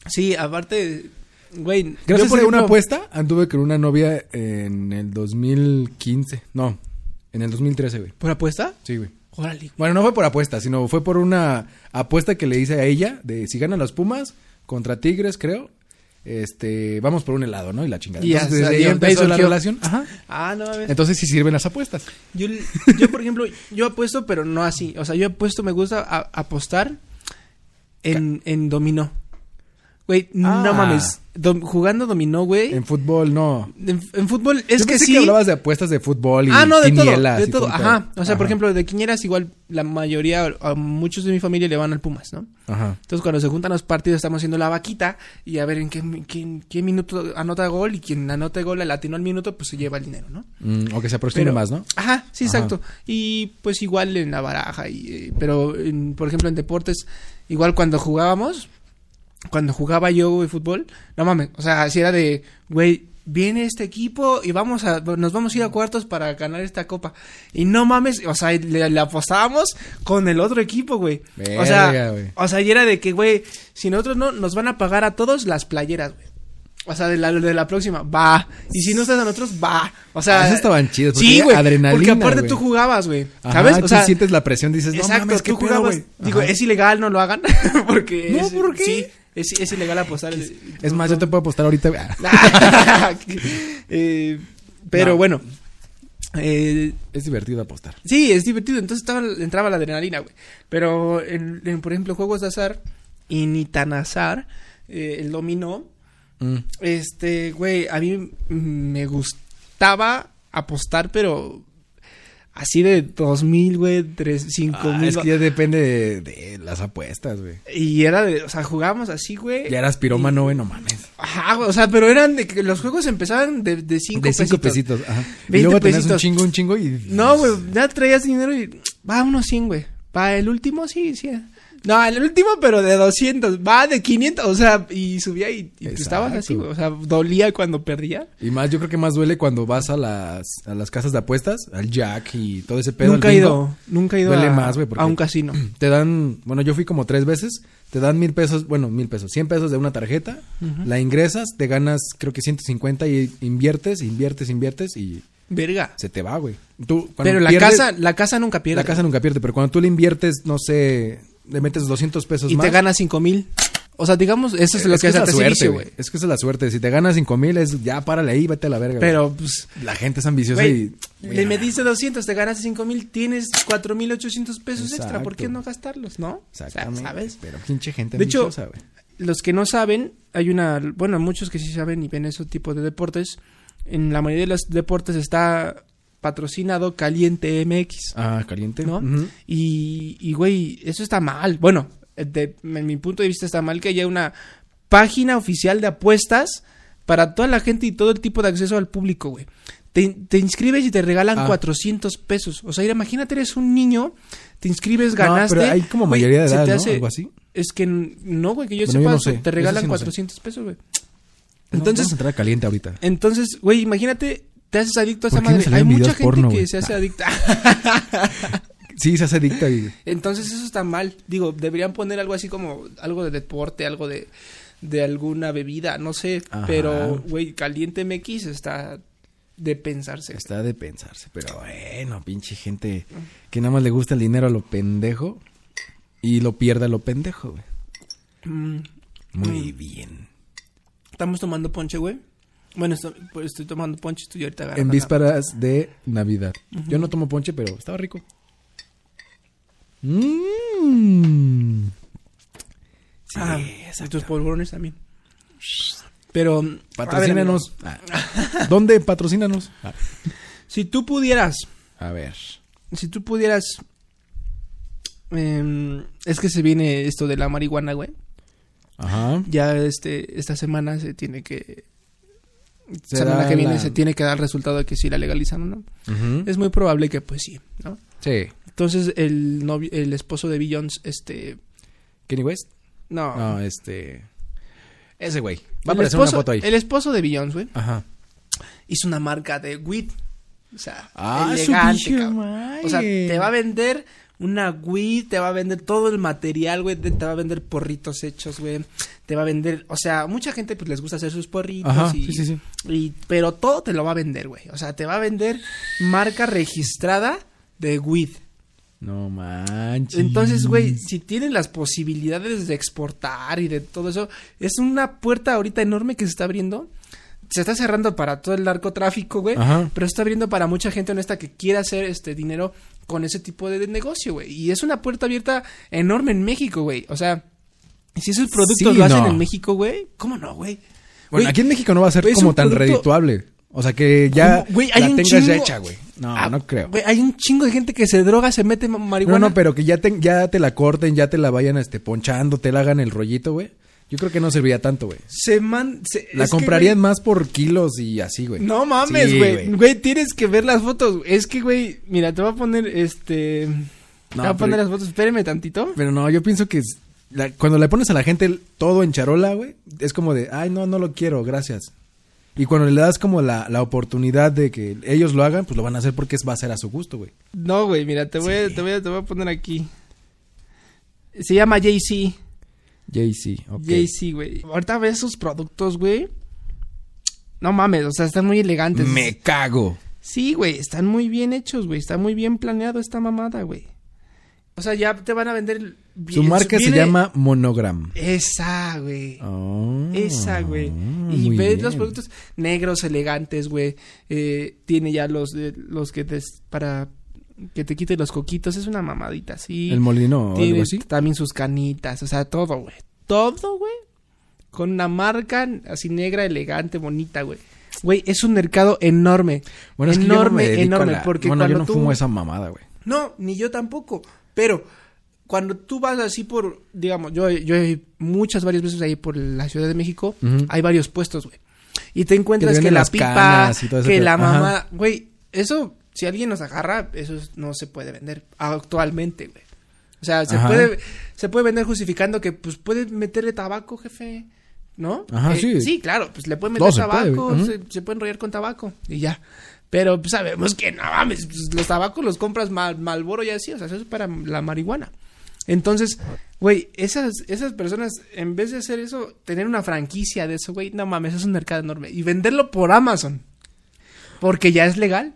Speaker 2: Sí, aparte, güey.
Speaker 1: Gracias
Speaker 2: yo, por
Speaker 1: a una
Speaker 2: ejemplo,
Speaker 1: apuesta, anduve con una novia en el 2015. No, en el 2013, güey.
Speaker 2: ¿Por apuesta?
Speaker 1: Sí, güey.
Speaker 2: Órale, güey.
Speaker 1: Bueno, no fue por apuesta, sino fue por una apuesta que le hice a ella de si ganan los Pumas contra Tigres, creo. Este, vamos por un helado, ¿no? Y la chingada.
Speaker 2: Y
Speaker 1: Entonces,
Speaker 2: hasta
Speaker 1: desde ahí
Speaker 2: ahí
Speaker 1: empezó la
Speaker 2: surgió.
Speaker 1: relación. Ajá.
Speaker 2: Ah, no mames.
Speaker 1: Entonces sí sirven las apuestas.
Speaker 2: Yo, yo, por ejemplo, yo apuesto, pero no así. O sea, yo apuesto, me gusta a- apostar en, en dominó. Güey,
Speaker 1: Ah.
Speaker 2: no mames. Dom- jugando dominó, güey. En,
Speaker 1: En fútbol no.
Speaker 2: en fútbol es
Speaker 1: Yo
Speaker 2: que
Speaker 1: pensé
Speaker 2: sí.
Speaker 1: hablabas de apuestas de fútbol y
Speaker 2: ah, no, de todo.
Speaker 1: quinielas
Speaker 2: De
Speaker 1: y
Speaker 2: todo.
Speaker 1: el
Speaker 2: Ajá.
Speaker 1: pedo.
Speaker 2: O sea, por
Speaker 1: Ajá.
Speaker 2: ejemplo, de quinieras igual la mayoría, a muchos de mi familia le van al Pumas, ¿no?
Speaker 1: Ajá.
Speaker 2: Entonces, cuando se juntan los partidos, estamos haciendo la vaquita y a ver en qué, quién- qué minuto anota gol y quien anota gol, el latino al minuto, pues se lleva el dinero, ¿no?
Speaker 1: Mm, o que se aproxime
Speaker 2: Pero-
Speaker 1: más, ¿no?
Speaker 2: Ajá, sí,
Speaker 1: Ajá.
Speaker 2: exacto. Y pues igual en la baraja, y, eh, pero en- por ejemplo en deportes, igual cuando jugábamos, cuando jugaba yo güey, fútbol, no mames, o sea, si era de, güey, viene este equipo y vamos a, nos vamos a ir a cuartos para ganar esta copa. Y no mames, o sea, le, le apostábamos con el otro equipo, güey. o
Speaker 1: Verga,
Speaker 2: sea,
Speaker 1: güey.
Speaker 2: o sea, y era de que, güey, si nosotros no, nos van a pagar a todos las playeras, güey. O sea, de la, de la próxima, va. Y si no estás a nosotros, va. O sea,
Speaker 1: Ah, eso estaban chidos, porque
Speaker 2: Sí,
Speaker 1: era
Speaker 2: güey.
Speaker 1: adrenalina,
Speaker 2: Porque aparte
Speaker 1: güey.
Speaker 2: tú jugabas, güey.
Speaker 1: Ajá,
Speaker 2: ¿Sabes?
Speaker 1: tú
Speaker 2: O sea,
Speaker 1: sientes la presión, dices, no
Speaker 2: exacto,
Speaker 1: mames, qué
Speaker 2: tú
Speaker 1: pedo,
Speaker 2: jugabas.
Speaker 1: güey.
Speaker 2: Digo,
Speaker 1: Ajá.
Speaker 2: es ilegal, no lo hagan. Porque.
Speaker 1: No,
Speaker 2: es-
Speaker 1: ¿por qué?
Speaker 2: Sí, es, es ilegal apostar. el-
Speaker 1: Es más, yo te puedo apostar ahorita. güey.
Speaker 2: Ah, Eh, pero
Speaker 1: No.
Speaker 2: bueno. Eh,
Speaker 1: Es divertido apostar.
Speaker 2: Sí, es divertido. Entonces estaba- entraba la adrenalina, güey. Pero, en, en, por ejemplo, juegos de azar y ni tan azar, eh, el dominó,
Speaker 1: Mm.
Speaker 2: este, güey, a mí me gustaba apostar, pero así de dos mil, güey, tres, cinco
Speaker 1: Ah,
Speaker 2: mil.
Speaker 1: es que ya depende de, de las apuestas, güey.
Speaker 2: Y era de, o sea, jugábamos así, güey.
Speaker 1: Ya eras pirómano, güey, no mames.
Speaker 2: Ajá, güey, o sea, pero eran de que los juegos empezaban de, de cinco
Speaker 1: de 5
Speaker 2: pesitos.
Speaker 1: pesitos. ajá. Y
Speaker 2: 20
Speaker 1: luego tenías un
Speaker 2: pesitos.
Speaker 1: chingo, un chingo y.
Speaker 2: No, güey, ya traías dinero y va unos 100, güey. Va el último, sí, sí. No, el último, pero de 200. Va de 500, o sea, y subía y, y tú estabas
Speaker 1: Exacto.
Speaker 2: así, güey. O sea, dolía cuando perdía.
Speaker 1: Y más, yo creo que más duele cuando vas a las, a las casas de apuestas, al Jack y todo ese pedo.
Speaker 2: nunca
Speaker 1: al
Speaker 2: he
Speaker 1: bingo.
Speaker 2: ido, nunca he ido
Speaker 1: Duele
Speaker 2: a,
Speaker 1: más, güey, porque-
Speaker 2: a un casino.
Speaker 1: Te dan, bueno, yo fui como tres veces, te dan mil pesos, bueno, mil pesos, cien pesos de una tarjeta, la ingresas, te ganas creo que 150 y inviertes, inviertes, inviertes y
Speaker 2: Verga.
Speaker 1: se te va, güey. Tú, cuando
Speaker 2: Pero la
Speaker 1: pierdes-
Speaker 2: casa, la casa nunca pierde.
Speaker 1: la casa nunca pierde, pero cuando tú le inviertes, no sé, le metes 200 pesos
Speaker 2: y
Speaker 1: más.
Speaker 2: te ganas 5 mil. O sea, digamos, eso es lo
Speaker 1: esa
Speaker 2: que, hace
Speaker 1: es la
Speaker 2: hasta
Speaker 1: suerte,
Speaker 2: servicio,
Speaker 1: güey.
Speaker 2: güey.
Speaker 1: Es que esa es la suerte. Si te ganas cinco mil, es ya párale ahí, vete a la verga. güey.
Speaker 2: Pero, pues,
Speaker 1: la gente es ambiciosa
Speaker 2: güey,
Speaker 1: y.
Speaker 2: le metiste 200, te ganaste 5 mil, tienes 4 mil 800 pesos extra. ¿Por qué
Speaker 1: Exacto.
Speaker 2: no gastarlos, no? O sea,
Speaker 1: ah, Exactamente.
Speaker 2: ¿Sabes?
Speaker 1: Pero pinche gente
Speaker 2: De hecho,
Speaker 1: ambiciosa, güey.
Speaker 2: los que no saben, hay una, bueno, muchos que sí saben y ven ese tipo de deportes, en la mayoría de los deportes está patrocinado Caliente MX.
Speaker 1: Ah, caliente.
Speaker 2: ¿no?
Speaker 1: Ujú.
Speaker 2: Y, y, güey, eso está mal. Bueno, de- en mi punto de vista está mal que haya una página oficial de apuestas para toda la gente y todo el tipo de acceso al público, güey. Te, te inscribes y te regalan
Speaker 1: Ah.
Speaker 2: 400 pesos. O sea, imagínate, eres un niño, te inscribes,
Speaker 1: No,
Speaker 2: Pues ganaste.
Speaker 1: pero hay como
Speaker 2: güey,
Speaker 1: mayoría de
Speaker 2: se
Speaker 1: edad,
Speaker 2: te
Speaker 1: ¿no?
Speaker 2: hace-
Speaker 1: Algo así.
Speaker 2: Es que n- no, güey, que yo
Speaker 1: Bueno, yo
Speaker 2: sepa,
Speaker 1: no sé.
Speaker 2: te
Speaker 1: Eso
Speaker 2: regalan
Speaker 1: sí no sé.
Speaker 2: 400 pesos, güey.
Speaker 1: Entonces.
Speaker 2: Entonces,
Speaker 1: Vamos a entrar a caliente ahorita.
Speaker 2: entonces, güey, imagínate, te haces adicto a
Speaker 1: ¿Por
Speaker 2: esa
Speaker 1: qué no
Speaker 2: madre.
Speaker 1: salían
Speaker 2: Hay mucha
Speaker 1: videos
Speaker 2: gente
Speaker 1: porno,
Speaker 2: que
Speaker 1: güey?
Speaker 2: se hace
Speaker 1: Ah.
Speaker 2: adicta.
Speaker 1: Sí, se hace adicta y.
Speaker 2: Entonces eso está mal. Digo, deberían poner algo así como algo de deporte, algo de, de alguna bebida, no sé.
Speaker 1: Ajá.
Speaker 2: Pero, güey, caliente MX está de pensarse.
Speaker 1: Está de pensarse, pero bueno, pinche gente que nada más le gusta el dinero a lo pendejo y lo pierde a lo pendejo, güey.
Speaker 2: Mm,
Speaker 1: Muy bien.
Speaker 2: Estamos tomando ponche, güey. Bueno, esto- pues, estoy tomando ponche, estoy ahorita agarrando.
Speaker 1: En
Speaker 2: la-
Speaker 1: vísperas de Navidad. Yo no tomo ponche, pero estaba rico.
Speaker 2: Mm.
Speaker 1: Mmm. Sí,
Speaker 2: Ah, y
Speaker 1: exacto.
Speaker 2: tus polvorones también. Pero... a ver,
Speaker 1: Patrocínanos. Ah. ¿Dónde patrocínanos? Ah,
Speaker 2: amigo, si tú pudieras,
Speaker 1: A ver.
Speaker 2: si tú pudieras... em, es que se viene esto de la marihuana, güey.
Speaker 1: Ajá.
Speaker 2: ya este esta semana se tiene que
Speaker 1: Se
Speaker 2: semana
Speaker 1: da
Speaker 2: que viene
Speaker 1: la-
Speaker 2: se tiene que dar el resultado de que si la legalizan o no.
Speaker 1: Ujú.
Speaker 2: Es muy probable que pues sí, ¿no?
Speaker 1: Sí.
Speaker 2: Entonces el novio, el esposo de Beyoncé este
Speaker 1: Kenny West.
Speaker 2: no,
Speaker 1: No, este. Ese güey. Va a
Speaker 2: el
Speaker 1: aparecer
Speaker 2: esposo,
Speaker 1: una foto ahí.
Speaker 2: el esposo de Beyoncé, güey,
Speaker 1: Ajá.
Speaker 2: hizo una marca de weed. O sea,
Speaker 1: Ah, su
Speaker 2: elegante,
Speaker 1: pinche
Speaker 2: cabrón.
Speaker 1: madre.
Speaker 2: O sea, te va a vender una weed, te va a vender todo el material, güey, te te va a vender porritos hechos, güey. Te va a vender, o sea, mucha gente pues les gusta hacer sus porritos
Speaker 1: Ajá,
Speaker 2: y
Speaker 1: sí, sí, sí.
Speaker 2: Y, pero todo te lo va a vender, güey. O sea, te va a vender marca registrada de weed.
Speaker 1: No manches.
Speaker 2: Entonces, güey, si tienes las posibilidades de exportar y de todo eso, es una puerta ahorita enorme que se está abriendo. Se está cerrando para todo el narcotráfico, güey.
Speaker 1: Ajá.
Speaker 2: Pero se está abriendo para mucha gente honesta que quiera hacer este dinero con ese tipo de, de negocio, güey. Y es una puerta abierta enorme en México, güey. O sea, si esos productos
Speaker 1: Sí,
Speaker 2: lo hacen
Speaker 1: no.
Speaker 2: en México, güey, ¿cómo no, güey?
Speaker 1: Bueno,
Speaker 2: Güey,
Speaker 1: aquí en México no va a ser
Speaker 2: es
Speaker 1: como
Speaker 2: un
Speaker 1: tan
Speaker 2: producto-
Speaker 1: redituable. O sea, que ya
Speaker 2: Güey, hay
Speaker 1: la
Speaker 2: un
Speaker 1: tengas
Speaker 2: chingo-
Speaker 1: ya hecha, güey. No,
Speaker 2: Ah,
Speaker 1: no creo.
Speaker 2: güey, hay un chingo de gente que se droga, se mete ma-
Speaker 1: no,
Speaker 2: marihuana.
Speaker 1: no, pero que ya te, ya te la corten, ya te la vayan este, ponchando, te la hagan el rollito, güey. Yo creo que no serviría tanto, güey.
Speaker 2: Se man... se-
Speaker 1: La
Speaker 2: es que,
Speaker 1: comprarían más por kilos y así, güey.
Speaker 2: güey, no mames,
Speaker 1: Sí,
Speaker 2: güey. Güey, tienes que ver las fotos. güey. Es que, güey, mira, te voy a poner este... te voy a
Speaker 1: pero-
Speaker 2: poner las fotos. Espérame tantito.
Speaker 1: Pero no, yo pienso que es- la- cuando le pones a la gente el- todo en charola, güey, es como de, ay, no, no lo quiero, gracias. Y cuando le das como la, la oportunidad de que ellos lo hagan, pues lo van a hacer porque es- va a ser a su gusto, güey.
Speaker 2: No, güey, mira, te voy, a-
Speaker 1: Sí.
Speaker 2: te, voy a, te voy a poner aquí. Se llama Jay-Z.
Speaker 1: Jay-Z, ok.
Speaker 2: Jay-Z, güey. Ahorita ves sus productos, güey. No mames, o sea, están muy elegantes.
Speaker 1: Me cago.
Speaker 2: Sí, güey, están muy bien hechos, güey. Está muy bien planeado esta mamada, güey. O sea, ya te van a vender.
Speaker 1: Su marca se
Speaker 2: viene-
Speaker 1: llama Monogram.
Speaker 2: Esa, güey.
Speaker 1: Oh,
Speaker 2: Esa, güey. y
Speaker 1: muy
Speaker 2: ves los
Speaker 1: bien.
Speaker 2: productos negros, elegantes, güey. Eh, tiene ya los, de- los que te. para que te quiten los coquitos. Es una mamadita, sí.
Speaker 1: El molino o
Speaker 2: Tiene
Speaker 1: algo así.
Speaker 2: también sus canitas. O sea, todo, güey. Todo, güey. Con una marca así negra, elegante, bonita, güey. Güey, es un mercado enorme.
Speaker 1: Bueno, es que yo no me
Speaker 2: enorme,
Speaker 1: dedico a
Speaker 2: enorme.
Speaker 1: la-
Speaker 2: Porque
Speaker 1: bueno,
Speaker 2: cuando
Speaker 1: yo no
Speaker 2: tú...
Speaker 1: fumo esa mamada, güey.
Speaker 2: No, ni yo tampoco. Pero cuando tú vas así por, digamos, yo, yo he ido muchas, varias veces ahí por la Ciudad de México,
Speaker 1: Ujú.
Speaker 2: hay varios puestos, güey. Y te encuentras
Speaker 1: Que te
Speaker 2: que,
Speaker 1: venden
Speaker 2: la
Speaker 1: las
Speaker 2: pipa,
Speaker 1: canas y todo ese
Speaker 2: que
Speaker 1: pedo.
Speaker 2: la
Speaker 1: Ajá.
Speaker 2: mamá, güey, eso, si alguien nos agarra, eso es- no se puede vender actualmente, güey. O sea, se
Speaker 1: Ajá.
Speaker 2: puede, se puede vender justificando que, pues, puede meterle tabaco, jefe, ¿no?
Speaker 1: Ajá, sí.
Speaker 2: Sí, claro, pues, le pueden
Speaker 1: Todo
Speaker 2: meter
Speaker 1: se puede,
Speaker 2: tabaco,
Speaker 1: güey. Ujú.
Speaker 2: se, se puede enrollar con tabaco y ya. Pero pues, sabemos que no mames, pues, los tabacos los compras mal, malboro y así, o sea, eso es para la marihuana. Entonces, güey, esas, esas personas, en vez de hacer eso, tener una franquicia de eso, güey, no mames, es un mercado enorme. Y venderlo por Amazon, porque ya es legal,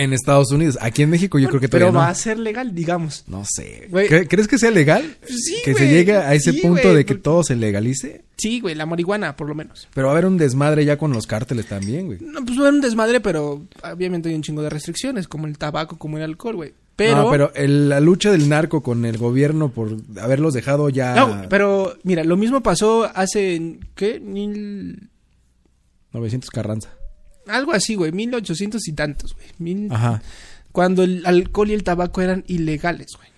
Speaker 1: En Estados Unidos. Aquí en México yo creo que
Speaker 2: pero
Speaker 1: todavía no.
Speaker 2: va a ser legal, digamos.
Speaker 1: No sé.
Speaker 2: Güey.
Speaker 1: ¿Cre- ¿Crees que sea legal?
Speaker 2: Pues sí,
Speaker 1: que se
Speaker 2: güey.
Speaker 1: llegue a ese
Speaker 2: Sí,
Speaker 1: punto
Speaker 2: güey,
Speaker 1: de que
Speaker 2: porque-
Speaker 1: todo se legalice.
Speaker 2: Sí, güey, la marihuana, por lo menos.
Speaker 1: Pero va a haber un desmadre ya con los cárteles también, güey.
Speaker 2: No, pues fue un desmadre, pero obviamente hay un chingo de restricciones, como el tabaco, como el alcohol, güey. Pero...
Speaker 1: No, Ah, pero el- la lucha del narco con el gobierno por haberlos dejado ya.
Speaker 2: No, pero mira, lo mismo pasó hace, ¿qué? Mil...
Speaker 1: 900 Carranza.
Speaker 2: Algo así, güey, 1800 y tantos, güey. mil-
Speaker 1: Ajá.
Speaker 2: Cuando el alcohol y el tabaco eran ilegales, güey.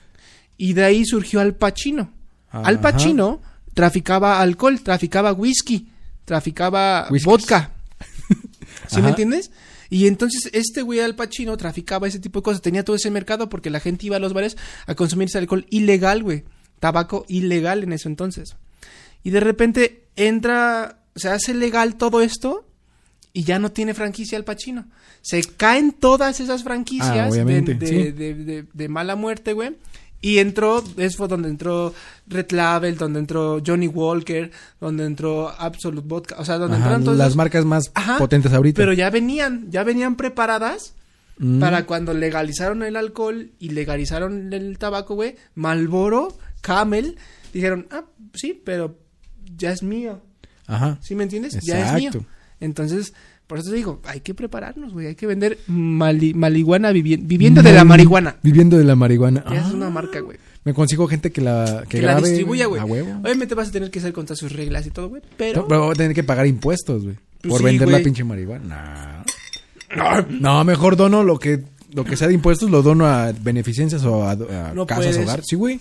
Speaker 2: Y de ahí surgió Al Pacino. Al
Speaker 1: Ajá.
Speaker 2: Pacino traficaba alcohol, traficaba whisky, traficaba
Speaker 1: Whiskies.
Speaker 2: vodka. ¿Sí
Speaker 1: Ajá.
Speaker 2: me entiendes? Y entonces este güey Al Pacino traficaba ese tipo de cosas, tenía todo ese mercado porque la gente iba a los bares a consumir ese alcohol ilegal, güey. Tabaco ilegal en eso entonces. Y de repente entra, se hace legal todo esto y ya no tiene franquicia Al Pacino. Se caen todas esas franquicias
Speaker 1: Ah, obviamente,
Speaker 2: de, de-
Speaker 1: sí.
Speaker 2: de- de- de mala muerte, güey. Y entró, es fue donde entró Red Label, donde entró Johnny Walker, donde entró Absolute Vodka, o sea, donde
Speaker 1: Ajá,
Speaker 2: entraron todas
Speaker 1: las
Speaker 2: esas-
Speaker 1: marcas más
Speaker 2: Ajá,
Speaker 1: potentes ahorita.
Speaker 2: Pero ya venían, ya venían preparadas
Speaker 1: Mm.
Speaker 2: para cuando legalizaron el alcohol y legalizaron el tabaco, güey. Malboro, Camel, dijeron, ah, sí, pero ya es mío.
Speaker 1: Ajá.
Speaker 2: ¿Sí me entiendes? Ya es mío.
Speaker 1: Exacto.
Speaker 2: Entonces, por eso te digo, hay que prepararnos, güey. Hay que vender mali- maliguana, vivi- viviendo de la marihuana.
Speaker 1: Viviendo de la marihuana.
Speaker 2: Ya es
Speaker 1: Mm. Ah,
Speaker 2: una marca, güey.
Speaker 1: Me consigo gente que la, que
Speaker 2: Que, la
Speaker 1: grabe
Speaker 2: distribuya, güey.
Speaker 1: A huevo.
Speaker 2: Obviamente vas a tener que hacer contra sus reglas y todo, güey. Pero.
Speaker 1: No, Pero voy a tener que pagar impuestos, güey.
Speaker 2: Pues
Speaker 1: Por
Speaker 2: sí,
Speaker 1: vender
Speaker 2: güey.
Speaker 1: la pinche marihuana. No. No, mejor dono lo que, lo que sea de impuestos, lo dono a beneficencias o a, a
Speaker 2: No
Speaker 1: casas
Speaker 2: puedes.
Speaker 1: hogar. Sí, güey.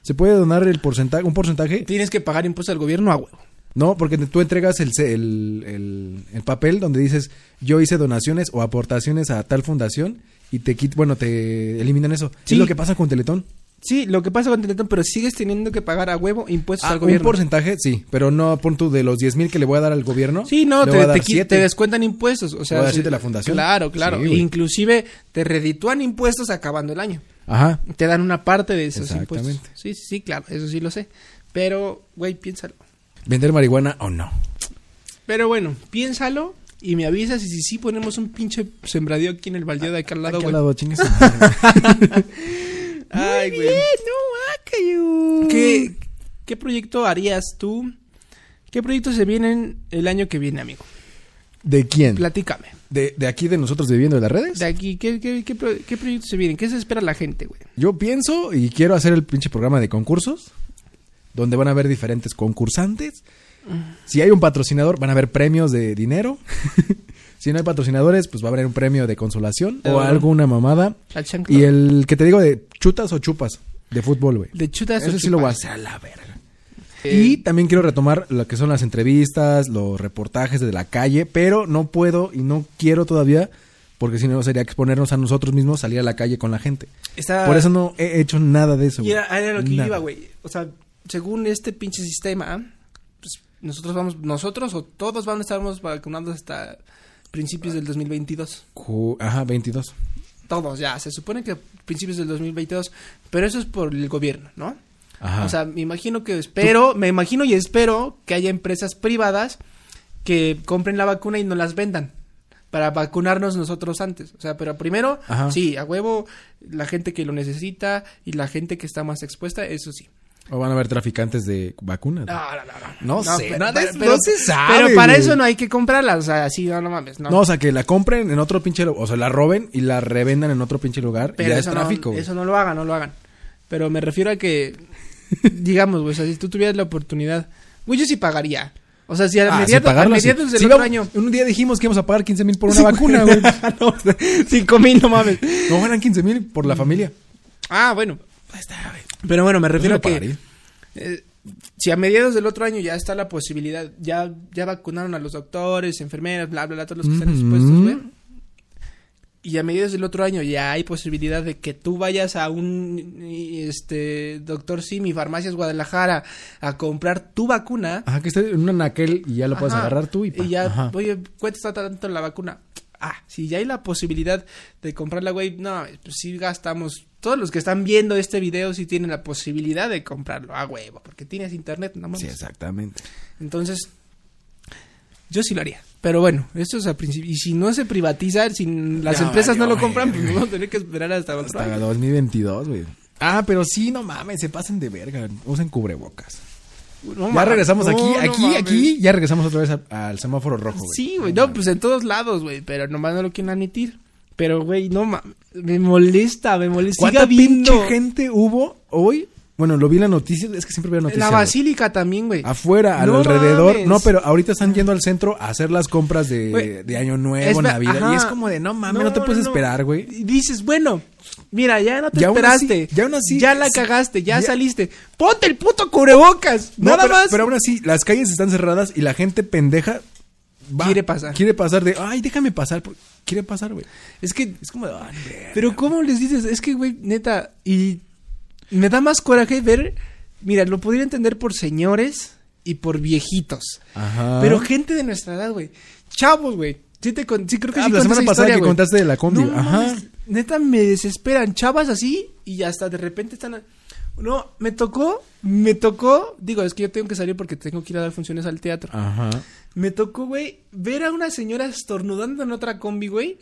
Speaker 1: ¿Se puede donar el porcentaje, un porcentaje?
Speaker 2: Tienes que pagar impuestos al gobierno a huevo.
Speaker 1: No, porque tú entregas el, ce- el, el- el papel donde dices yo hice donaciones o aportaciones a tal fundación y te quit bueno, te eliminan eso.
Speaker 2: Sí.
Speaker 1: Es lo que pasa con Teletón.
Speaker 2: Sí, lo que pasa con Teletón, pero sigues teniendo que pagar a huevo impuestos
Speaker 1: Ah,
Speaker 2: al
Speaker 1: un
Speaker 2: gobierno.
Speaker 1: porcentaje, sí, pero no pon tú de los 10 mil que le voy a dar al gobierno.
Speaker 2: Sí, no,
Speaker 1: le
Speaker 2: te,
Speaker 1: voy a dar
Speaker 2: te qui-
Speaker 1: siete.
Speaker 2: te descuentan impuestos. O sea,
Speaker 1: Voy a dar
Speaker 2: sí,
Speaker 1: siete a la fundación.
Speaker 2: Claro, claro.
Speaker 1: Sí, güey.
Speaker 2: Inclusive te reditúan impuestos acabando el año.
Speaker 1: Ajá.
Speaker 2: Te dan una parte de esos
Speaker 1: Exactamente.
Speaker 2: impuestos. Sí, sí, sí, claro, eso sí lo sé. Pero, güey, piénsalo.
Speaker 1: ¿Vender marihuana o no?
Speaker 2: Pero bueno, piénsalo y me avisas y si sí ponemos un pinche sembradío aquí en el baldío de acá al lado,
Speaker 1: Aquí
Speaker 2: güey.
Speaker 1: al lado, chingue su madre.
Speaker 2: Ay, güey.
Speaker 1: ah, no,
Speaker 2: ¿Qué, ¿Qué proyecto harías tú? ¿Qué proyectos se vienen el año que viene, amigo?
Speaker 1: ¿De quién?
Speaker 2: Platícame.
Speaker 1: ¿De, de aquí de nosotros viviendo de las redes?
Speaker 2: De aquí, ¿qué, qué, qué, pro- qué proyectos se vienen? ¿Qué se espera la gente, güey?
Speaker 1: Yo pienso y quiero hacer el pinche programa de concursos, donde van a haber diferentes concursantes.
Speaker 2: Mm.
Speaker 1: Si hay un patrocinador, van a haber premios de dinero. si no hay patrocinadores, pues va a haber un premio de consolación
Speaker 2: De
Speaker 1: o
Speaker 2: oro.
Speaker 1: alguna mamada.
Speaker 2: Al chancla.
Speaker 1: Y el que te digo de chutas o chupas de fútbol, güey.
Speaker 2: De chutas o
Speaker 1: Eso sí lo voy a
Speaker 2: chupas.
Speaker 1: hacer a la verga. Y también quiero retomar lo que son las entrevistas, los reportajes de la calle, pero no puedo y no quiero todavía, porque si no sería exponernos a nosotros mismos, salir a la calle con la gente.
Speaker 2: Está-
Speaker 1: Por eso no he hecho nada de eso.
Speaker 2: Y era, Ah. era lo que
Speaker 1: Nada.
Speaker 2: iba, güey. O sea, según este pinche sistema, pues nosotros vamos, nosotros o todos van a estarnos vacunando hasta principios del 2022.
Speaker 1: Ju- Ajá, 22.
Speaker 2: Todos ya, se supone que principios del 2022, pero eso es por el gobierno, ¿no?
Speaker 1: Ajá.
Speaker 2: O sea, me imagino que espero, me imagino y espero que haya empresas privadas que compren la vacuna y no las vendan para vacunarnos nosotros antes. O sea, pero primero,
Speaker 1: Ajá.
Speaker 2: sí, a huevo, la gente que lo necesita y la gente que está más expuesta, eso sí.
Speaker 1: o van a haber traficantes de vacunas.
Speaker 2: No, no,
Speaker 1: No
Speaker 2: no.
Speaker 1: sé, nada es- no se sabe,
Speaker 2: Pero para
Speaker 1: güey.
Speaker 2: eso no hay que comprarla, o sea, así, no, no mames, no.
Speaker 1: No, o sea, que la compren en otro pinche lugar, o sea, la roben y la revendan en otro pinche lugar.
Speaker 2: pero
Speaker 1: y ya es
Speaker 2: eso
Speaker 1: tráfico.
Speaker 2: No,
Speaker 1: güey.
Speaker 2: eso no lo hagan, no lo hagan. Pero me refiero a que, digamos, güey, o sea, si tú tuvieras la oportunidad, güey, yo sí pagaría. O sea, si a
Speaker 1: Ah, sin
Speaker 2: mediados, a
Speaker 1: pagarlo, sí.
Speaker 2: mediados del
Speaker 1: Sí,
Speaker 2: otro
Speaker 1: vamos-
Speaker 2: año...
Speaker 1: Un día dijimos que íbamos a pagar 15 mil por una vacuna, güey.
Speaker 2: no, cinco mil, no mames.
Speaker 1: No ganan 15 mil por
Speaker 2: Mm.
Speaker 1: la familia.
Speaker 2: Ah, bueno. Pero bueno, me refiero a
Speaker 1: Yo sí lo
Speaker 2: que... eh, si a mediados del otro año ya está la posibilidad, ya, ya vacunaron a los doctores, enfermeras, bla, bla, bla, todos los que están
Speaker 1: Ujú.
Speaker 2: expuestos, güey. Y a mediados del otro año ya hay posibilidad de que tú vayas a un este doctor Simi, Farmacias Guadalajara, a comprar tu vacuna.
Speaker 1: Ajá, que esté en un anaquel y ya lo puedes
Speaker 2: Ajá.
Speaker 1: agarrar tú y, pa.
Speaker 2: ya, pues,
Speaker 1: Ajá.
Speaker 2: oye, cuesta tanto la vacuna. Ah, si ya hay la posibilidad de comprarla, güey, no, pues sí gastamos. Todos los que están viendo este video sí tienen la posibilidad de comprarlo, a huevo, porque tienes internet, no mames.
Speaker 1: Sí, exactamente.
Speaker 2: Entonces, yo sí lo haría. Pero bueno, esto es a principio. Y si no se privatiza, si las
Speaker 1: Ya
Speaker 2: empresas no
Speaker 1: valió,
Speaker 2: lo compran,
Speaker 1: güey.
Speaker 2: pues vamos a tener que esperar hasta otro
Speaker 1: Hasta
Speaker 2: año.
Speaker 1: 2022, güey. Ah, pero sí, no mames, se pasen de verga. Usen cubrebocas.
Speaker 2: No
Speaker 1: ya
Speaker 2: mames.
Speaker 1: regresamos
Speaker 2: No,
Speaker 1: aquí,
Speaker 2: no
Speaker 1: aquí,
Speaker 2: mames.
Speaker 1: aquí. Ya regresamos otra vez a- al semáforo rojo, güey.
Speaker 2: Sí, güey. No, pues en todos lados, güey. Pero nomás no lo quieren admitir. Pero, güey, no mames. Me molesta, me molesta.
Speaker 1: ¿Cuánta
Speaker 2: Siga viendo.
Speaker 1: pinche gente hubo hoy? Bueno, lo vi en la noticia, es que siempre veo noticias.
Speaker 2: La
Speaker 1: güey.
Speaker 2: basílica también, güey.
Speaker 1: Ah, Afuera, al
Speaker 2: No
Speaker 1: alrededor.
Speaker 2: mames.
Speaker 1: No, pero ahorita están yendo al centro a hacer las compras de,
Speaker 2: Güey,
Speaker 1: de Año Nuevo,
Speaker 2: Es ver-
Speaker 1: Navidad.
Speaker 2: ajá.
Speaker 1: Y es como de, no mames, no, te puedes esperar, güey.
Speaker 2: Y Dices, bueno, mira, ya no te
Speaker 1: Y aún así-
Speaker 2: esperaste.
Speaker 1: y aún así-
Speaker 2: Ya la cagaste, ya,
Speaker 1: ya-
Speaker 2: saliste. Ponte el puto cubrebocas.
Speaker 1: No,
Speaker 2: nada
Speaker 1: pero,
Speaker 2: más.
Speaker 1: Pero aún así, las calles están cerradas y la gente pendeja va-
Speaker 2: Quiere pasar.
Speaker 1: Quiere pasar de, ay, déjame pasar. por- Quiere pasar, güey.
Speaker 2: es que,
Speaker 1: Es como de, "Ah, verga".
Speaker 2: pero ¿cómo les dices? Es que, güey, neta, y me da más coraje ver. Mira, lo podría entender por señores y por viejitos.
Speaker 1: Ajá.
Speaker 2: Pero gente de nuestra edad, güey. Chavos, güey. Sí, te con- sí creo que
Speaker 1: Ah,
Speaker 2: sí
Speaker 1: la
Speaker 2: conté
Speaker 1: semana
Speaker 2: esa
Speaker 1: pasada
Speaker 2: historia,
Speaker 1: que
Speaker 2: güey.
Speaker 1: contaste de la combi.
Speaker 2: No,
Speaker 1: Ajá.
Speaker 2: mames, neta me desesperan. Chavas así y hasta de repente están. No, me tocó, me tocó. Digo, es que yo tengo que salir porque tengo que ir a dar funciones al teatro.
Speaker 1: Ajá.
Speaker 2: Me tocó, güey, ver a una señora estornudando en otra combi, güey.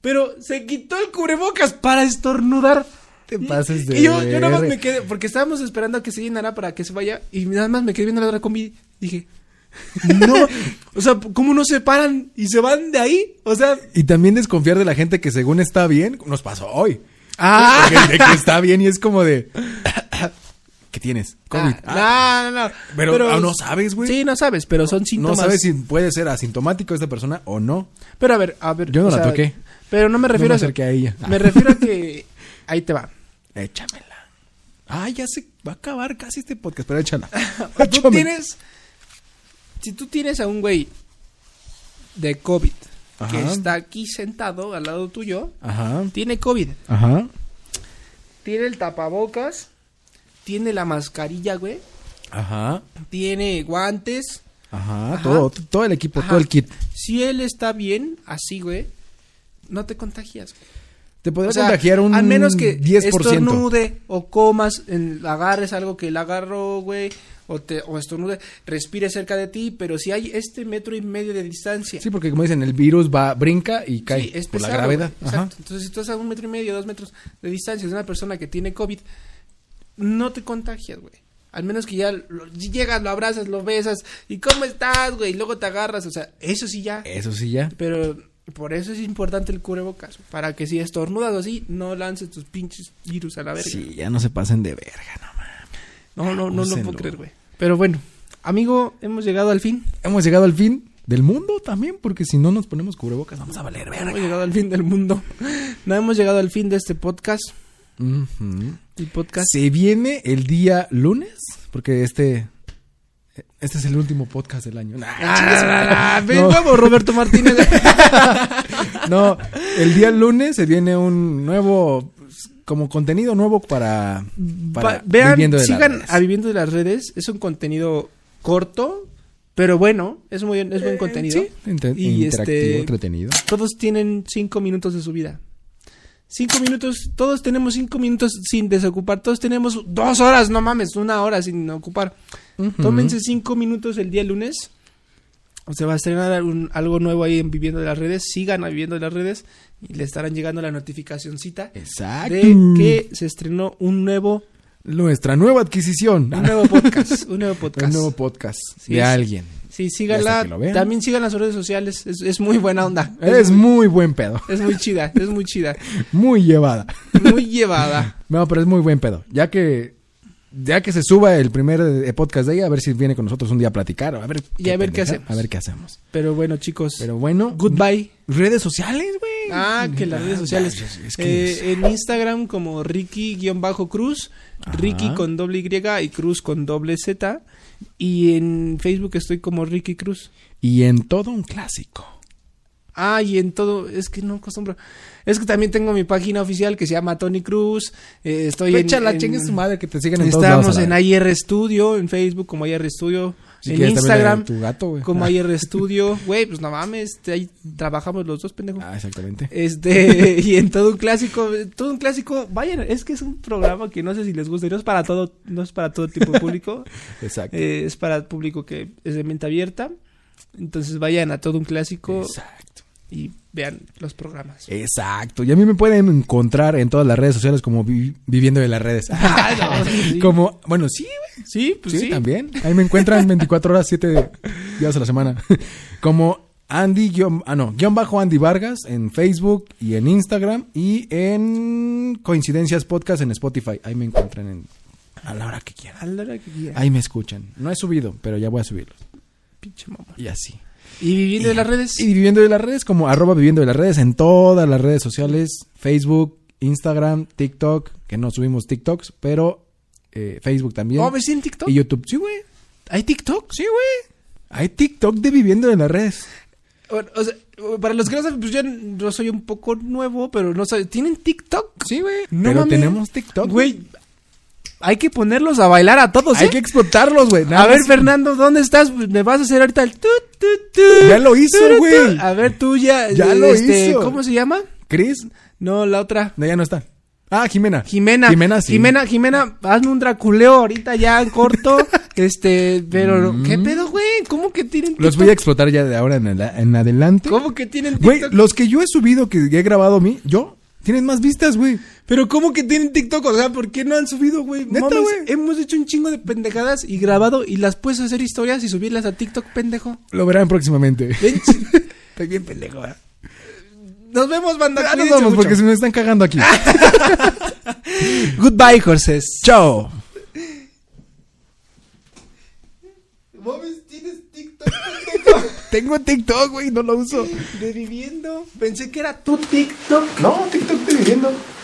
Speaker 2: Pero se quitó el cubrebocas para estornudar.
Speaker 1: Te pases de
Speaker 2: Y yo, yo nada más
Speaker 1: verga.
Speaker 2: me quedé, porque estábamos esperando a que se llenara para que se vaya. Y nada más me quedé viendo la otra combi. Dije, no. o sea, ¿cómo no se paran y se van de ahí? O sea,
Speaker 1: Y también desconfiar de la gente que según está bien, nos pasó hoy.
Speaker 2: Ah.
Speaker 1: Porque de que está bien y es como de. ¿Qué tienes? COVID.
Speaker 2: Ah,
Speaker 1: Ah,
Speaker 2: no, no, no.
Speaker 1: Pero, ah, no sabes, güey.
Speaker 2: Sí, no sabes, pero son
Speaker 1: no
Speaker 2: síntomas.
Speaker 1: sabes si puede ser asintomático esta persona o no.
Speaker 2: Pero a ver, a ver.
Speaker 1: Yo no
Speaker 2: o
Speaker 1: la toqué.
Speaker 2: Pero no me refiero
Speaker 1: me
Speaker 2: a eso.
Speaker 1: acerqué a ella. Ah.
Speaker 2: Me refiero a que. Ahí te va.
Speaker 1: Échamela. Ah, ya se va a acabar casi este podcast, pero échala.
Speaker 2: Tú
Speaker 1: Échamela.
Speaker 2: tienes. Si tú tienes a un güey de COVID que
Speaker 1: Ajá.
Speaker 2: está aquí sentado al lado tuyo,
Speaker 1: Ajá.
Speaker 2: tiene COVID.
Speaker 1: Ajá.
Speaker 2: Tiene el tapabocas, tiene la mascarilla, güey,
Speaker 1: Ajá.
Speaker 2: tiene guantes.
Speaker 1: Ajá.
Speaker 2: Ajá.
Speaker 1: Todo, todo el equipo,
Speaker 2: Ajá.
Speaker 1: todo el kit.
Speaker 2: Si él está bien, así, güey, no te contagias. güey.
Speaker 1: Te podría
Speaker 2: O sea,
Speaker 1: contagiar un
Speaker 2: al menos que
Speaker 1: 10%.
Speaker 2: estornude o comas, en- agarres algo que él agarró, güey, o, te, o estornude, respire cerca de ti, pero si hay este metro y medio de distancia.
Speaker 1: Sí, porque como dicen, el virus va, brinca y cae
Speaker 2: Sí, es
Speaker 1: por la
Speaker 2: pesado,
Speaker 1: gravedad.
Speaker 2: güey.
Speaker 1: Ajá.
Speaker 2: Exacto. Entonces, si tú estás a un metro y medio, dos metros de distancia de una persona que tiene COVID, no te contagias, güey. Al menos que ya lo- llegas, lo abrazas, lo besas, y ¿cómo estás, güey? Y luego te agarras, o sea, eso sí ya.
Speaker 1: Eso sí ya.
Speaker 2: Pero por eso es importante el cubrebocas, para que si estornudas o así, no lances tus pinches virus a la verga.
Speaker 1: Sí, ya no se pasen de verga, no mames.
Speaker 2: No, no, no lo
Speaker 1: Úsenlo.
Speaker 2: puedo creer, güey. Pero bueno, amigo, hemos llegado al fin.
Speaker 1: Hemos llegado al fin del mundo también, porque si no nos ponemos cubrebocas vamos a valer verga.
Speaker 2: Hemos llegado al fin del mundo. No hemos llegado al fin de este podcast.
Speaker 1: Ujú.
Speaker 2: El podcast.
Speaker 1: Se viene el día lunes, porque este este es el último podcast del año. Nah, chingue su madre.
Speaker 2: Ah, ven,
Speaker 1: No.
Speaker 2: huevo, Roberto Martínez.
Speaker 1: No, el día lunes se viene un nuevo pues, como contenido nuevo para, para
Speaker 2: Va- vean,
Speaker 1: Viviendo de las
Speaker 2: sigan
Speaker 1: Redes.
Speaker 2: a Viviendo de las Redes. Es un contenido corto, pero bueno, es muy es buen contenido.
Speaker 1: Eh, Sí, inter-
Speaker 2: Y
Speaker 1: interactivo,
Speaker 2: este-
Speaker 1: entretenido.
Speaker 2: Todos tienen cinco minutos de su vida. Cinco minutos, todos tenemos cinco minutos sin desocupar, todos tenemos dos horas, no mames, una hora sin ocupar.
Speaker 1: Ujú.
Speaker 2: Tómense cinco minutos el día lunes. Se va a estrenar un- algo nuevo ahí en Viviendo de las Redes. Sigan a Viviendo de las Redes y le estarán llegando la notificacioncita
Speaker 1: Exacto.
Speaker 2: de que Ah, se estrenó un nuevo,
Speaker 1: Nuestra nueva adquisición.
Speaker 2: un nuevo podcast. Un nuevo podcast.
Speaker 1: Un nuevo podcast
Speaker 2: Sí,
Speaker 1: de
Speaker 2: sí.
Speaker 1: alguien.
Speaker 2: Sí,
Speaker 1: hasta que lo
Speaker 2: síganla.
Speaker 1: vean.
Speaker 2: También sigan las redes sociales. Es, es muy buena onda.
Speaker 1: Es muy buen pedo.
Speaker 2: es muy chida, es muy chida.
Speaker 1: Muy llevada.
Speaker 2: Muy llevada.
Speaker 1: No, pero es muy buen pedo. Ya que ya que se suba el primer eh, podcast de ella, a ver si viene con nosotros un día a platicar. o A ver
Speaker 2: Y a ver
Speaker 1: pendeja-
Speaker 2: qué hacemos.
Speaker 1: A ver qué hacemos.
Speaker 2: Pero bueno, chicos.
Speaker 1: Pero bueno.
Speaker 2: goodbye.
Speaker 1: Redes sociales, güey.
Speaker 2: Ah, que las redes sociales.
Speaker 1: Es, es que
Speaker 2: Eh, en Instagram como Ricky-Cruz,
Speaker 1: Ajá.
Speaker 2: Ricky con doble Y y Cruz con doble Z. Y en Facebook estoy como Ricky Cruz.
Speaker 1: Y en todo un clásico.
Speaker 2: Ah, y en todo, es que no acostumbro. Es que también tengo mi página oficial que se llama Tony Cruz. eh, estoy en-
Speaker 1: Fecha la
Speaker 2: en-
Speaker 1: Pues chingue su madre que te siguen en todos lados.
Speaker 2: Estamos
Speaker 1: a la
Speaker 2: en
Speaker 1: vez.
Speaker 2: IR Studio, en Facebook como IR Studio,
Speaker 1: Si
Speaker 2: en
Speaker 1: quieres también
Speaker 2: Instagram
Speaker 1: a tu gato, güey.
Speaker 2: como
Speaker 1: Ah.
Speaker 2: IR Studio. Güey, pues no mames, te- ahí trabajamos los dos, pendejo.
Speaker 1: Ah, exactamente.
Speaker 2: Este, y en todo un clásico, todo un clásico, vayan, es que es un programa que no sé si les gusta, y no es para todo, no es para todo tipo de público,
Speaker 1: Exacto.
Speaker 2: eh, es para público que es de mente abierta. Entonces vayan a todo un clásico
Speaker 1: Exacto.
Speaker 2: y vean los programas.
Speaker 1: Exacto. Y a mí me pueden encontrar en todas las redes sociales como vi- viviendo de las redes.
Speaker 2: Ah, no, sí,
Speaker 1: Como, bueno, sí, güey.
Speaker 2: sí, pues
Speaker 1: sí,
Speaker 2: sí.
Speaker 1: también. Ahí me encuentran 24 horas, 7 días a la semana. Como Andy, guión, ah, no, guión bajo Andy Vargas en Facebook y en Instagram y en Coincidencias Podcast en Spotify. Ahí me encuentran en A la hora que quieran.
Speaker 2: A la hora que quieran.
Speaker 1: Ahí me escuchan. No he subido, pero ya voy a subirlo.
Speaker 2: Pinche mamá.
Speaker 1: Y así.
Speaker 2: Y viviendo de las redes.
Speaker 1: Y viviendo de las redes, como arroba viviendo de las redes, en todas las redes sociales, Facebook, Instagram, TikTok, que no subimos TikToks, pero eh, Facebook también.
Speaker 2: Oh, ¿ves en TikTok?
Speaker 1: y YouTube. Sí, güey.
Speaker 2: ¿Hay TikTok?
Speaker 1: Sí, güey. Hay TikTok de viviendo de las redes.
Speaker 2: Bueno, o sea, para los que no saben, pues yo no soy un poco nuevo, pero no saben. ¿Tienen TikTok?
Speaker 1: Sí, güey.
Speaker 2: No
Speaker 1: pero
Speaker 2: mames.
Speaker 1: tenemos TikTok.
Speaker 2: Güey, hay que ponerlos a bailar a todos,
Speaker 1: Hay
Speaker 2: ¿eh?
Speaker 1: que explotarlos, güey. Nada
Speaker 2: A ver,
Speaker 1: más-
Speaker 2: Fernando, ¿dónde estás? Pues, Me vas a hacer ahorita el... tut, tut, tut,
Speaker 1: Ya lo hizo,
Speaker 2: tut, tut.
Speaker 1: güey.
Speaker 2: A ver, tú ya... este,
Speaker 1: Ya lo hizo.
Speaker 2: ¿Cómo se llama?
Speaker 1: Chris,
Speaker 2: No, la otra.
Speaker 1: no, ya no está. Ah, Jimena.
Speaker 2: Jimena.
Speaker 1: Jimena, sí.
Speaker 2: Jimena, Jimena, hazme un draculeo ahorita ya en corto. este, pero...
Speaker 1: Mm.
Speaker 2: ¿Qué pedo, güey? ¿Cómo que tienen
Speaker 1: Los voy a explotar ya de ahora en, ala- en adelante.
Speaker 2: ¿Cómo que tienen
Speaker 1: Güey,
Speaker 2: TikTok?
Speaker 1: los que yo he subido, que he grabado a mí, yo, tienen más vistas, güey.
Speaker 2: Pero ¿cómo que tienen TikTok? O sea, ¿por qué no han subido, güey?
Speaker 1: Neta,
Speaker 2: Mames,
Speaker 1: güey.
Speaker 2: Hemos hecho un chingo de pendejadas y grabado y las puedes hacer historias y subirlas a TikTok, pendejo.
Speaker 1: Lo verán próximamente.
Speaker 2: Ven,
Speaker 1: Estoy bien pendejo, ¿eh?
Speaker 2: Nos vemos, banda.
Speaker 1: Ah, nos
Speaker 2: Cuídense
Speaker 1: vamos
Speaker 2: mucho. Ah.
Speaker 1: porque se me están cagando aquí.
Speaker 2: Goodbye, horses.
Speaker 1: Chao.
Speaker 2: Mames, tienes TikTok, pendejo.
Speaker 1: Tengo TikTok, güey, no lo uso.
Speaker 2: De viviendo. Pensé que era tu TikTok.
Speaker 1: No, TikTok estoy viviendo.